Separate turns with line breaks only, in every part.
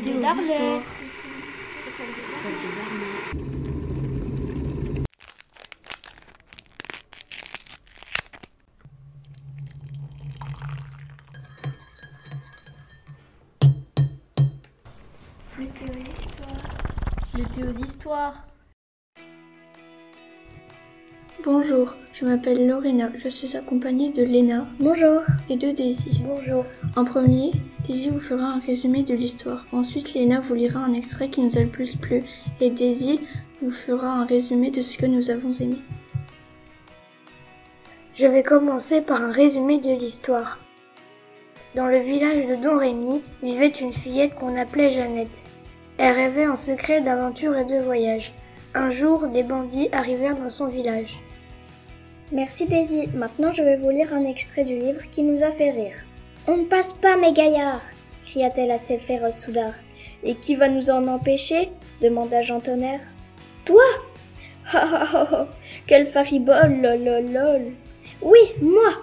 Barnet. Météo histoire. Météo histoire.
Bonjour, je m'appelle Lorena, je suis accompagnée de Léna. Bonjour. Et de Daisy. Bonjour. En premier, Daisy vous fera un résumé de l'histoire. Ensuite, Léna vous lira un extrait qui nous a le plus plu. Et Daisy vous fera un résumé de ce que nous avons aimé.
Je vais commencer par un résumé de l'histoire. Dans le village de Don Rémy vivait une fillette qu'on appelait Jeannette. Elle rêvait en secret d'aventures et de voyages. Un jour, des bandits arrivèrent dans son village.
Merci Daisy. Maintenant, je vais vous lire un extrait du livre qui nous a fait rire. On ne passe pas, mes gaillards cria-t-elle à ses féroces soudards. Et qui va nous en empêcher demanda Jean Tonnerre. Toi Ah ah ah ah Quelle faribole lol lol lol Oui, moi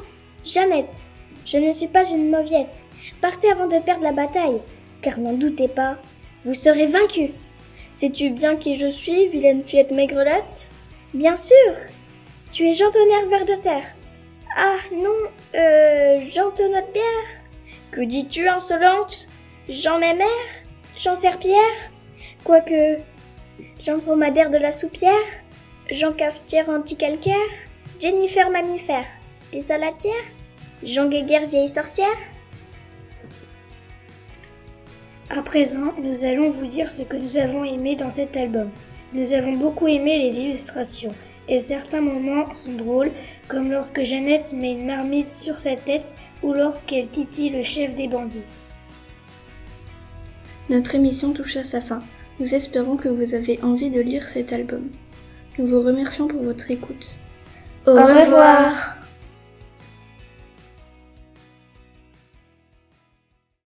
Jeannette Je ne suis pas une mauviette. Partez avant de perdre la bataille, car n'en doutez pas, vous serez vaincus Sais-tu bien qui je suis, vilaine fillette maigrelette Bien sûr Tu es Jean Tonnerre Vert de Terre. Ah non, euh, Jean Tonnerre Pierre Que dis-tu, insolente Jean Mémère Jean Serpierre Quoique. Jean Promadaire de la Soupière Jean Cafetière Anticalcaire Jennifer Mammifère Pisse à la tière Jean Guéguerre Vieille Sorcière
À présent, nous allons vous dire ce que nous avons aimé dans cet album. Nous avons beaucoup aimé les illustrations, et certains moments sont drôles, comme lorsque Jeannette met une marmite sur sa tête ou lorsqu'elle titille le chef des bandits.
Notre émission touche à sa fin. Nous espérons que vous avez envie de lire cet album. Nous vous remercions pour votre écoute.
Au revoir.